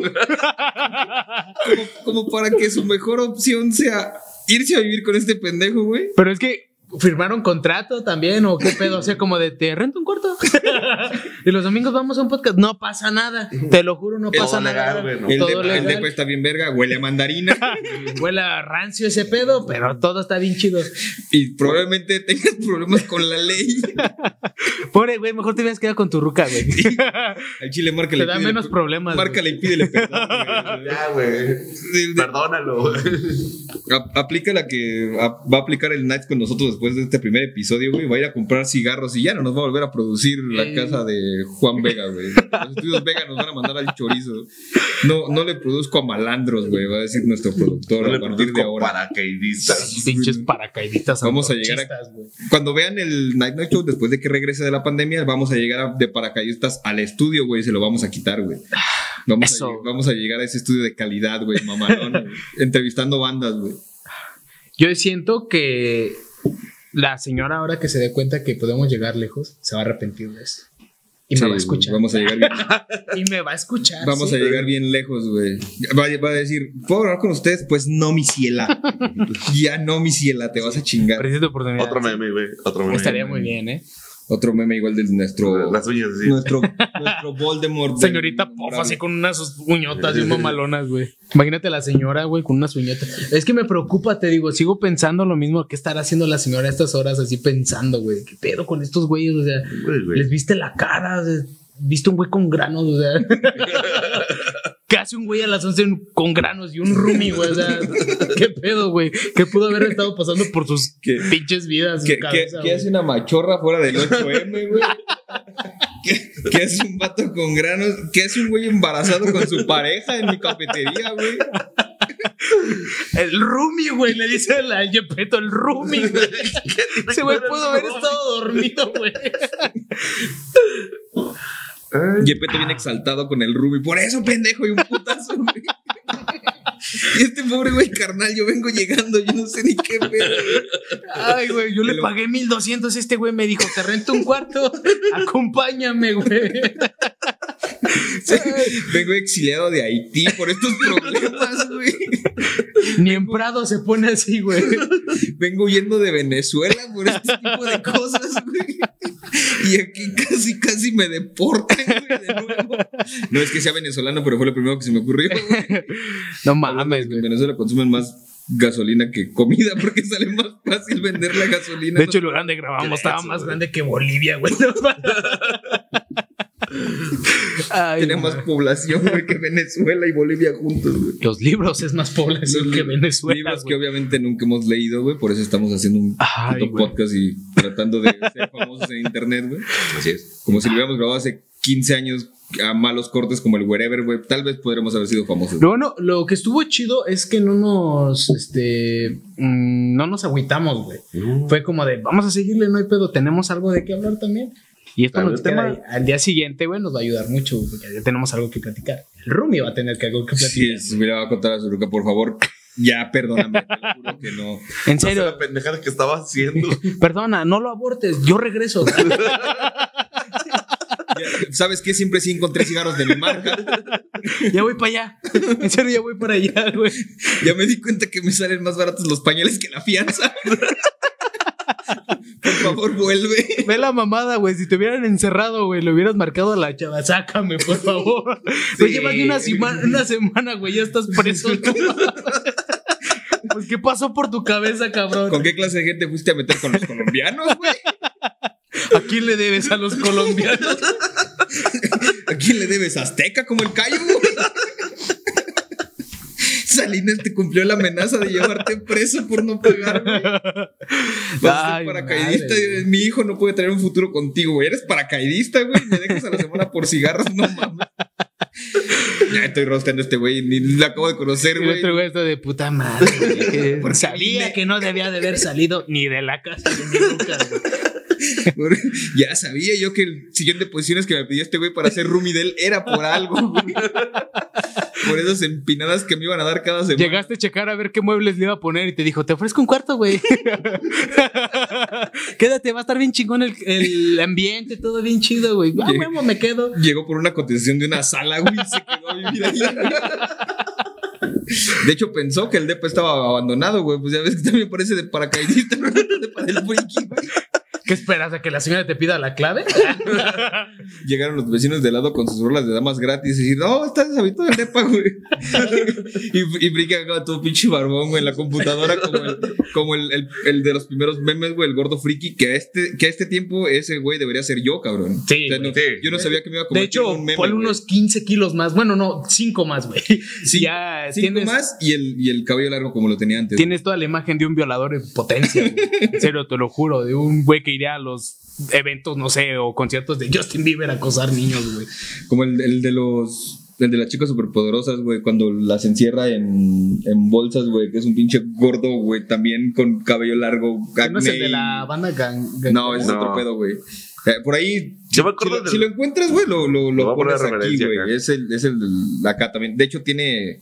S2: como, como para que su mejor opción sea irse a vivir con este pendejo, güey.
S3: Pero es que firmaron contrato también o qué pedo, o sea, como de te rento un cuarto. y los domingos vamos a un podcast, no pasa nada, te lo juro, no
S2: Todo
S3: pasa
S4: legal,
S3: nada.
S4: güey, no.
S2: El
S3: Todo
S2: de, pues, el
S3: legal.
S2: depa está bien verga, huele a mandarina.
S3: Huele a rancio ese pedo, pero todo está bien chido.
S2: y probablemente tengas problemas con la ley.
S3: Pobre güey, mejor te hubieras quedado con tu ruca, güey.
S2: Al chile, márcale.
S3: Te da
S2: pídele-
S3: menos problemas,
S2: Márcale y pídele perdón. güey.
S4: Ya, güey.
S2: De- de-
S4: Perdónalo, güey.
S2: a- Aplica la que a- va a aplicar el Night con nosotros después de este primer episodio, güey. Va a ir a comprar cigarros y ya no nos va a volver a producir la
S3: Eh.
S2: casa de Juan Vega, güey. Los estudios Vega nos van a mandar al chorizo. No, no le produzco a malandros, güey, va a decir nuestro productor
S4: No le
S2: a partir de
S4: produzco
S2: ahora.
S4: paracaidistas.
S3: Pinches paracaidistas.
S2: Vamos a llegar a-
S3: antorchistas, güey.
S2: Cuando vean el Night Night Show, después de que regrese de la pandemia, vamos a llegar a- de paracaidistas al estudio, güey. Se lo vamos a quitar, güey. Vamos, a,
S3: Eso.
S2: lleg- vamos a llegar a ese estudio de calidad, güey, mamalón. güey. Entrevistando bandas, güey.
S3: Yo siento que la señora ahora que se dé cuenta que podemos llegar lejos, se va a arrepentir de eso. Y
S2: Sí,
S3: me va a
S2: güey,
S3: escuchar.
S2: Vamos a llegar bien,
S3: Y me va a escuchar.
S2: Ah, vamos
S3: sí.
S2: a llegar bien lejos, güey. Va, a- va a decir, ¿puedo hablar con ustedes? Pues no, mi ciela. ya no, mi ciela, te vas a chingar.
S3: Preciosa oportunidad.
S4: Otro meme, güey. Otro meme.
S3: Estaría muy bien, ¿eh?
S2: Otro meme igual de nuestro...
S4: Las uñas, sí.
S2: Nuestro, nuestro Voldemort. del-
S3: Señorita pofa, así con unas uñotas y mamalonas, güey. Imagínate la señora, güey, con unas uñotas. Es que me preocupa, te digo, sigo pensando lo mismo que estará haciendo la señora a estas horas, así pensando, güey. ¿Qué pedo con estos güeyes? O sea,
S4: Güey, güey.
S3: les viste la cara, o sea, viste un güey con granos, o sea. ¿Qué hace un güey a las 11 con granos y un roomie, güey? O sea, ¿qué pedo, güey? ¿Qué pudo haber estado pasando por sus
S2: ¿Qué-
S3: pinches vidas? su
S2: ¿Qué, qué-
S3: cabeza,
S2: qué
S3: güey?
S2: hace una machorra fuera del 8M, güey? ¿Qué, qué hace un vato con granos? ¿Qué hace un güey embarazado con su pareja en mi cafetería, güey?
S3: El Rumi, güey, le dice al- al Yepeto, el Rumi, güey. Ese güey pudo haber estado dormido, güey.
S2: Yepeto viene exaltado con el Ruby. Por eso, pendejo, y un putazo, güey. Y este pobre güey carnal, yo vengo llegando, yo no sé ni qué pedo, güey.
S3: Ay, güey, yo le
S2: Pero-
S3: pagué 1200 este güey me dijo, te rento un cuarto, acompáñame, güey.
S2: Vengo exiliado de Haití por estos problemas, güey.
S3: Ni en Prado se pone así, güey.
S2: Vengo huyendo de Venezuela por este tipo de cosas, güey. Y aquí casi, casi me deportan, güey, de nuevo. No es que sea venezolano, pero fue lo primero que se me ocurrió. güey.
S3: No mames,
S2: En
S3: güey.
S2: Venezuela consumen más gasolina que comida porque sale más fácil vender la gasolina.
S3: De hecho, el lugar donde grabamos estaba más grande que Bolivia, güey. No mames. Ay,
S2: tiene
S3: güey.
S2: más población, güey, que Venezuela y Bolivia juntos, güey.
S3: Los libros es más población que Venezuela.
S2: Libros que
S3: güey.
S2: obviamente nunca hemos leído, güey. Por eso estamos haciendo un
S3: Ay,
S2: puto
S3: güey.
S2: podcast y tratando de ser famosos en internet, güey.
S4: Así es.
S2: Como si lo hubiéramos grabado hace 15 años a malos cortes como el Wherever, güey. Tal vez podríamos haber sido famosos.
S3: Lo bueno, lo que estuvo chido es que no nos, este, mm, no nos agüitamos, güey. Fue como de, vamos a seguirle, no hay pedo, tenemos algo de qué hablar también. Y esto
S4: Claro,
S3: nos
S4: el
S3: queda
S4: tema-
S3: ahí. al día siguiente, güey, nos va a ayudar mucho, güey, porque ya tenemos algo que platicar. El Rumi va a tener que algo que platicar.
S2: Sí, es, mira, va a contar a su ruca, por favor. Ya, perdóname, te lo juro que no.
S3: En
S4: No sé
S3: serio,
S4: la pendejada que estaba haciendo.
S3: perdona, no lo abortes, yo regreso.
S2: Ya, ¿Sabes qué? Siempre sí encontré cigarros de mi marca.
S3: ya voy para allá. En serio, ya voy para allá, güey.
S2: Ya me di cuenta que me salen más baratos los pañales que la fianza. Por favor, vuelve.
S3: Ve la mamada, güey. Si te hubieran encerrado, güey, le hubieras marcado a la chava. Sácame, por favor. No
S2: Sí.
S3: llevas ni una, sima- una semana, güey. Ya estás preso. no mames. pues, ¿qué pasó por tu cabeza, cabrón?
S2: ¿Con qué clase de gente fuiste a meter con los colombianos, güey?
S3: ¿A quién le debes a los colombianos?
S2: ¿A quién le debes? ¿Azteca como el callo, güey? Salinas te cumplió la amenaza de llevarte preso por no pagarme. Vas a
S3: Ay,
S2: ser paracaidista.
S3: madre, güey.
S2: Mi hijo no puede tener un futuro contigo, güey. Eres paracaidista, güey. Me dejas a la semana por cigarros. No mames. Ya estoy rosteando a este güey. Ni la acabo de conocer,
S3: Y el
S2: güey.
S3: otro güey está de puta madre. güey, que
S2: Porque
S3: sabía
S2: vine.
S3: que no debía de haber salido ni de la casa de mi Lucas, güey.
S2: Ya sabía yo que el siguiente posiciones que me pidió este güey para hacer roomie de él era por algo, güey. Por esas empinadas que me iban a dar cada semana.
S3: Llegaste a checar a ver qué muebles le iba a poner y te dijo, te ofrezco un cuarto, güey. Quédate, va a estar bien chingón el, el ambiente, todo bien chido, güey. Ah,
S2: Lleg-
S3: huevo, me quedo.
S2: Llegó por una cotización de una sala, güey, y se quedó a vivir ahí. De hecho, pensó que el depa estaba abandonado, güey. Pues ya ves que también parece de paracaidista, ¿no? De para el friki, güey.
S3: ¿Qué esperas? ¿A que la señora te pida la clave?
S2: Llegaron los vecinos de lado con sus rolas de damas gratis y no, está deshabitado el depa, güey. Y, y Friki acaba todo pinche barbón, güey, en la computadora, como el, como el, el- el de los primeros memes, güey, el gordo friki, que a este, que a este tiempo ese güey debería ser yo, cabrón.
S3: Sí,
S2: O sea, no-
S4: güey, sí.
S2: Yo no sabía que me iba a
S3: De
S2: convertir
S3: hecho,
S2: en un meme.
S3: ponle
S2: güey.
S3: unos 15 kilos más. Bueno, no, 5 más, güey.
S2: Cin-
S3: ya
S2: cinco
S3: tienes,
S2: más y el, y el cabello largo como lo tenía antes.
S3: tienes toda la imagen de un violador en potencia. güey. En serio, te lo juro, de un güey que iría a los eventos, no sé, o conciertos de Justin Bieber a acosar niños, güey.
S2: Como el, el de los. El de las chicas superpoderosas, güey, cuando las encierra en, en bolsas, güey, que es un pinche gordo, güey, también con cabello largo.
S3: Que No es el
S2: acné
S3: de
S2: y-
S3: la banda gang.
S2: No, es
S4: No.
S2: otro pedo, güey. Eh, por ahí.
S4: Yo
S2: Si
S4: me acuerdo
S2: lo,
S4: del-
S2: si lo encuentras, güey, lo, lo,
S4: Lo voy
S2: lo
S4: a poner
S2: pones
S4: de
S2: aquí,
S4: referencia
S2: güey.
S4: acá.
S2: Es el, es el de acá también. De hecho, tiene,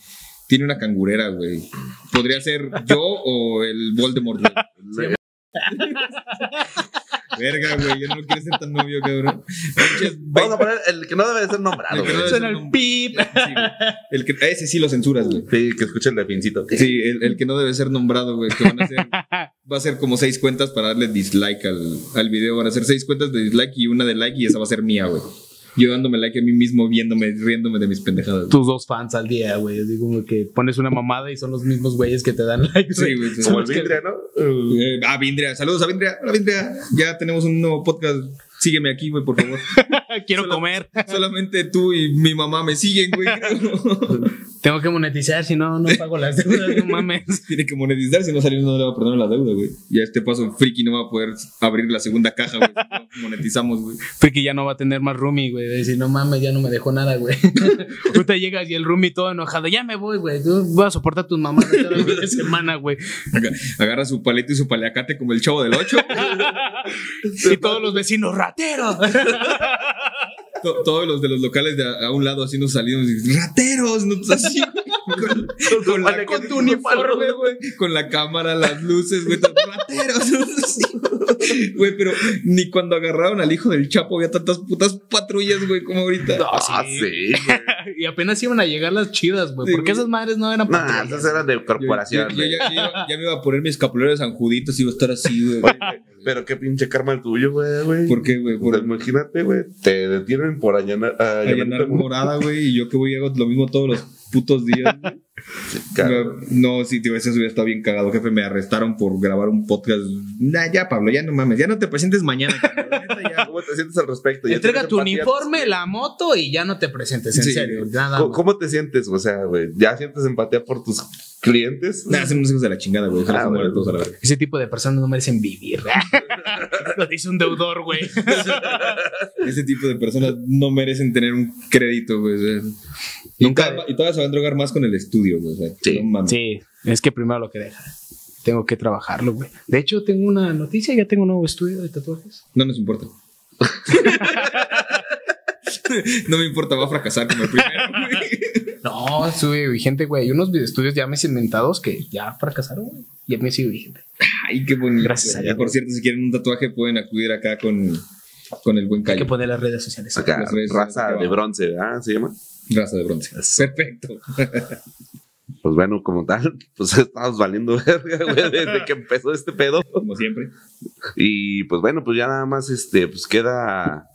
S2: tiene una cangurera, güey. Podría ser yo o el Voldemort, güey. Verga, güey. Yo no quiero ser tan novio, cabrón. Pinches
S4: Vamos a poner el que no debe de ser
S2: El que no
S4: nombrado. güey.
S2: debe-
S3: Suena el pip.
S2: Sí, güey. el que, a ese sí lo censuras, güey.
S4: Sí, que escuche el de Pincito.
S2: Sí, el, el que no debe ser nombrado, güey. Que van a hacer, va a ser como seis cuentas para darle dislike al, al video. Van a ser seis cuentas de dislike y una de like y esa va a ser mía, güey. Yo dándome like a mí mismo, viéndome, riéndome de mis pendejadas. güey.
S3: Tus dos fans al día, güey. Así como que pones una mamada y son los mismos güeyes que te dan like.
S2: Sí,
S3: güey.
S2: güey. sí.
S4: Como el Vindria, ¿no?
S2: Eh, a Vindria, saludos a Vindria. Hola, Vindria. Ya tenemos un nuevo podcast. Sígueme aquí, güey, por favor.
S3: Quiero
S2: Solo-
S3: comer.
S2: Solamente tú y mi mamá me siguen, güey. creo.
S3: Tengo que monetizar, si no, no pago las deudas, no mames.
S2: Tiene que monetizar, si no salir no le va a perdonar la deuda, güey. Y a este paso, Friki no va a poder abrir la segunda caja, güey. si no monetizamos, güey.
S3: Friki ya no va a tener más roomie, güey. De decir, no mames, ya no me dejó nada, güey. Tú te llegas y el roomie todo enojado. Ya me voy, güey. Yo voy a soportar a tus mamás toda la pinche semana, güey.
S2: Aga- Agarra su paleta y su paliacate como el chavo del 8.
S3: Y todos los vecinos, rateros.
S2: todos los de los locales de a, a un lado así nos salimos y rateros, no Pues así. Con,
S4: Con su
S2: con la, con
S4: paliacate
S2: tu
S4: y su
S2: uniforme, güey. Con la cámara, las luces, güey. todos, Rateros, nosotros así. Güey, pero ni cuando agarraron al hijo del Chapo había tantas putas patrullas, güey, como ahorita.
S4: Ah, sí. güey.
S3: Y apenas iban a llegar las chidas, güey.
S2: Sí,
S3: Porque
S2: güey.
S3: esas madres no eran
S4: Nah,
S3: patrullas.
S4: esas eran de
S2: Yo-
S4: corporación.
S2: yo- yo
S4: güey.
S2: ya, yo ya- ya me iba a poner mi escapulario de San Judito si iba a estar así, güey.
S4: Pero qué pinche karma el tuyo, güey, güey.
S2: ¿Por qué, güey?
S4: Pues
S2: Por
S4: imagínate, güey. Te detienen por allanar. ah,
S2: allanar morada, güey. Y yo que voy y hago lo mismo todos los putos días, güey.
S4: Claro.
S2: No, sí, tío, ese hubiera estado bien cagado, jefe. Me arrestaron por grabar un podcast. Nah, ya, Pablo, ya no mames. Ya no te presentes mañana. cabrón, neta, ya.
S4: ¿Cómo te sientes al respecto? ¿Ya
S3: Entrega
S4: tienes
S3: tu
S4: empatía?
S3: uniforme, la moto y ya no te presentes, en
S2: Sí.
S3: serio. Nada
S4: ¿Cómo,
S3: más.
S4: cómo te sientes? O sea, güey, ¿ya sientes empatía por tus clientes?
S2: Nah, son unos hijos de la chingada, güey. Ojalá
S4: Ah,
S2: se mueran
S4: bueno.
S2: todos a la verga.
S3: Ese tipo de personas no merecen vivir. Lo dice un deudor, güey.
S2: Ese tipo de personas no merecen tener un crédito, güey. o sea. Y,
S3: Nunca-
S2: todavía- y todavía se van a drogar más con el estudio, güey. o sea,
S4: Sí,
S2: no mames.
S3: Sí, es que primero lo que deja. Tengo que trabajarlo, güey. De hecho, tengo una noticia, ya tengo un nuevo estudio de tatuajes.
S2: No nos importa. no me importa, va a fracasar como el primero, güey.
S3: No, estuve vigente, güey. Hay unos estudios ya mis inventados que ya fracasaron, güey. Y a mí sigue vigente.
S2: Ay, qué bonito.
S3: Gracias a Dios.
S2: Por cierto, si quieren un tatuaje, pueden acudir acá con, con el buen
S3: Hay que
S2: Cayo.
S3: poner las redes sociales.
S4: Acá,
S2: Las redes sociales
S4: raza
S2: abajo.
S4: de bronce, ¿verdad? ¿Se llama?
S2: Raza de bronce. Perfecto.
S4: Pues bueno, como tal, pues estamos valiendo verga, güey, desde que empezó este pedo.
S2: Como siempre.
S4: Y pues bueno, pues ya nada más, este, pues queda.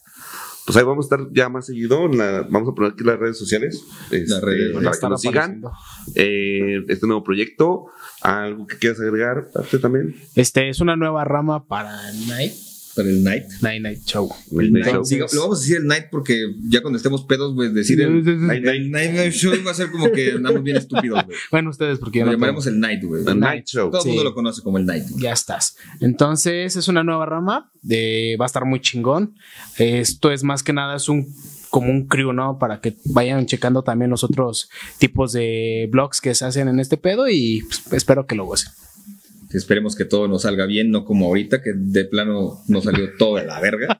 S4: Pues ahí vamos a estar ya más seguido. en la- vamos a poner aquí las redes sociales. este,
S2: redes,
S4: para que
S3: Están
S4: nos sigan.
S3: apareciendo.
S4: eh, este nuevo proyecto. ¿Algo que quieras agregar, parte también?
S3: Este es una nueva rama para Night.
S2: Para el night.
S3: Night Pues, Night Show.
S2: El night.
S4: Show.
S2: Diga- lo vamos a decir el night porque ya cuando estemos pedos, güey, decir el, el night, show va a ser como que andamos bien estúpidos, güey.
S3: Bueno, ustedes, porque yo
S2: Lo
S3: no
S2: llamaremos el night, güey.
S4: El Night Show.
S2: Todo el mundo
S3: Sí.
S2: lo conoce como el night. güey.
S3: Ya estás. Entonces es una nueva rama, de, va a estar muy chingón. Esto es más que nada, es un como un crew, ¿no? Para que vayan checando también los otros tipos de blogs que se hacen en este pedo y pues, espero que lo gocen.
S2: Esperemos que todo nos salga bien, no como ahorita, que de plano nos salió toda la verga.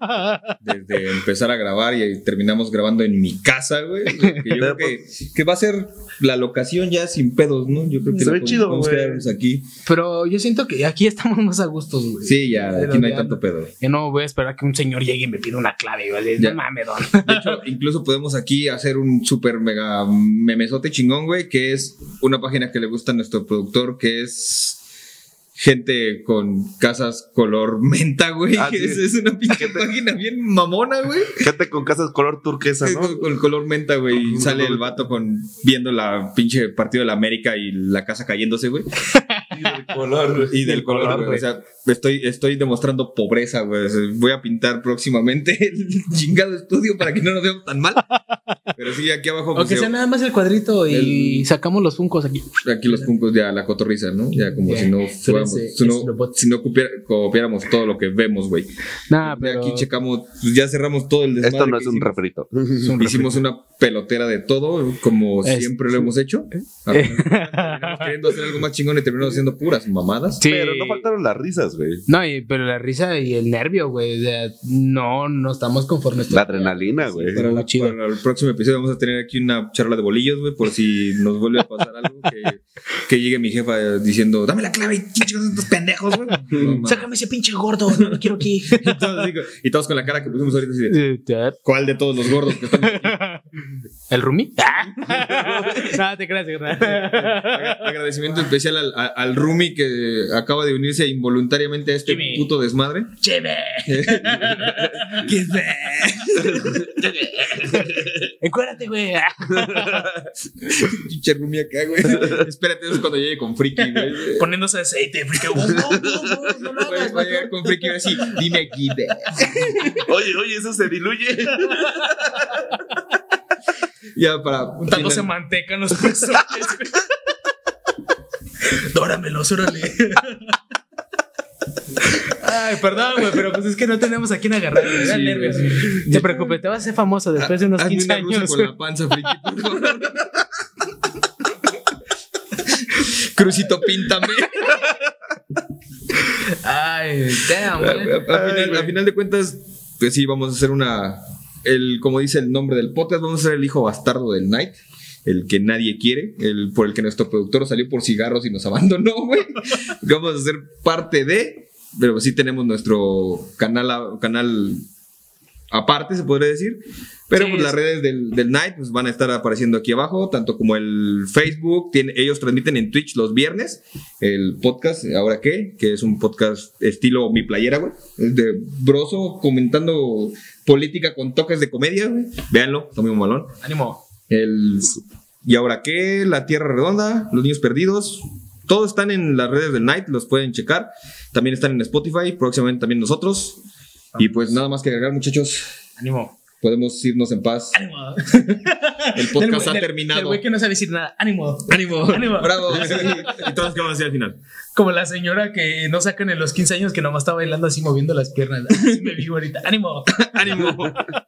S2: Desde empezar a grabar y terminamos grabando en mi casa, güey. Que yo creo que, que va a ser la locación ya sin pedos, ¿no? Yo creo que
S4: pues, Se
S2: la
S4: ve
S2: podemos-
S4: chido,
S2: podemos
S4: güey.
S2: quedarnos aquí.
S3: Pero yo siento que aquí estamos más a gustos, güey.
S2: Sí, ya,
S3: Pero
S2: aquí no hay
S3: ya
S2: tanto pedo.
S3: Ya no voy a esperar que un señor llegue y me pida una clave. güey.
S2: Ya.
S3: No mames, don.
S2: De hecho, incluso podemos aquí hacer un super mega memesote chingón, güey, que es una página que le gusta a nuestro productor, que es gente con casas color menta, güey.
S4: Ah,
S2: que
S4: sí.
S2: es, es una pinche página bien mamona, güey.
S4: Gente con casas color turquesa,
S2: que
S4: ¿no?
S2: Con, con color menta, güey. Y sale el vato con viendo la pinche partido de la América y la casa cayéndose, güey.
S4: color.
S2: Y del color, güey. O sea, estoy, estoy demostrando pobreza, güey. O sea, Voy a pintar próximamente el chingado estudio para que no nos veamos tan mal. Pero sí, aquí abajo. pues,
S3: Aunque sea
S2: yo-
S3: nada más el cuadrito y
S2: El-
S3: sacamos los funcos aquí.
S2: Aquí los puncos ya la cotorriza, ¿no? Ya como
S3: Ya,
S2: si no
S3: solo
S2: fuéramos,
S3: ese-
S2: si no,
S3: ese robot.
S2: si no cupiera- copiáramos todo lo que vemos, güey.
S3: Nah,
S2: De
S3: Ah, pero
S2: Aquí checamos, pues, ya cerramos todo el desmadre.
S4: Esto no
S2: que
S4: es un
S2: hicimos.
S4: refrito.
S3: es un
S2: Hicimos una pelotera de todo, como
S3: Es- ¿Eh?
S2: siempre lo hemos hecho. Terminamos queriendo hacer algo más chingón y terminamos haciendo puras mamadas.
S3: Sí.
S4: Pero no faltaron las risas, güey.
S3: No, y- pero la risa y el nervio, güey. O sea, no, no estamos conformes.
S4: La adrenalina, güey.
S2: Para, la-
S3: chido.
S2: Pues, para el próximo episodio vamos a tener aquí una charla de bolillos, güey, por si nos vuelve a pasar algo que, que llegue mi jefa diciendo, dame la clave, y chicos, estos pendejos, güey. No, mames.
S3: Sácame ese pinche gordo, no lo quiero aquí.
S2: Y todos así con- y todos con la cara que pusimos ahorita así de,
S3: Eh,
S2: ¿Cuál de todos los gordos que estamos aquí?
S3: ¿El Rumi? no, te creas, carnal.
S2: Aga- Agradecimiento especial al, a- al Rumi que acaba de unirse involuntariamente a este
S3: Jimmy.
S2: puto desmadre.
S3: Cheve. Encuérdate, güey.
S2: Pinche Rumi acá, güey. Espérate, eso es cuando llegue con Friki, güey.
S3: Poniéndose aceite, porque. oh, No, no, no, no lo
S2: Va
S3: hagas,
S2: va a llegar con Friki y va a decir, dime aquí, ve".
S4: Oye, oye, eso se diluye.
S2: Ya para.
S5: Dándose
S2: final-
S5: manteca en los personajes. Dóramelos, órale.
S3: Ay, perdón, güey, pero pues es que no tenemos a quién agarrar. güey. Era
S2: Sí,
S3: nervios.
S2: güey,
S3: No te preocupes, te vas a hacer famoso después de unos
S2: Ah, Hazme
S3: 15
S2: una rusa
S3: años.
S2: con la panza, Friki, por favor. Crucito, píntame.
S3: Ay, damn,
S2: A, a-
S3: güey.
S2: a final, a final de cuentas, pues sí, vamos a hacer una. El, como dice el nombre del podcast, vamos a ser el hijo bastardo del Knight. El que nadie quiere, el por el que nuestro productor salió por cigarros y nos abandonó, güey. Vamos a ser parte de, pero sí tenemos nuestro canal, a- canal aparte, se podría decir. Pero
S3: Sí,
S2: pues, las
S3: es-
S2: redes del, del Night pues, van a estar apareciendo aquí abajo, tanto como el Facebook. tiene- ellos transmiten en Twitch los viernes el podcast Ahora qué, que es un podcast estilo Mi Playera, güey. Es de Broso comentando política con toques de comedia, güey. Véanlo, está muy malón.
S3: Ánimo.
S2: El Y Ahora qué, La Tierra Redonda, Los Niños Perdidos. Todos están en las redes del Night, los pueden checar. También están en Spotify, próximamente también nosotros. Y pues nada más que agregar, muchachos.
S3: Ánimo.
S2: Podemos irnos en paz.
S5: Ánimo.
S2: El
S5: Del
S2: podcast
S5: güey-
S2: ha
S5: del-
S2: terminado.
S5: del güey que no sabe decir nada. Ánimo. Ánimo.
S2: Bravo. sí. Y todos que van a decir al final.
S5: Como la señora que no sacan en los 15 años que nomás está bailando así moviendo las piernas. Así me vi ahorita. Ánimo.
S2: Ánimo.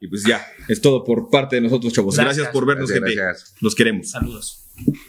S2: Y pues ya, es todo por parte de nosotros, chavos. Gracias,
S5: Gracias.
S2: por vernos,
S4: Gracias,
S2: gente.
S4: gracias.
S2: Los queremos.
S5: Saludos.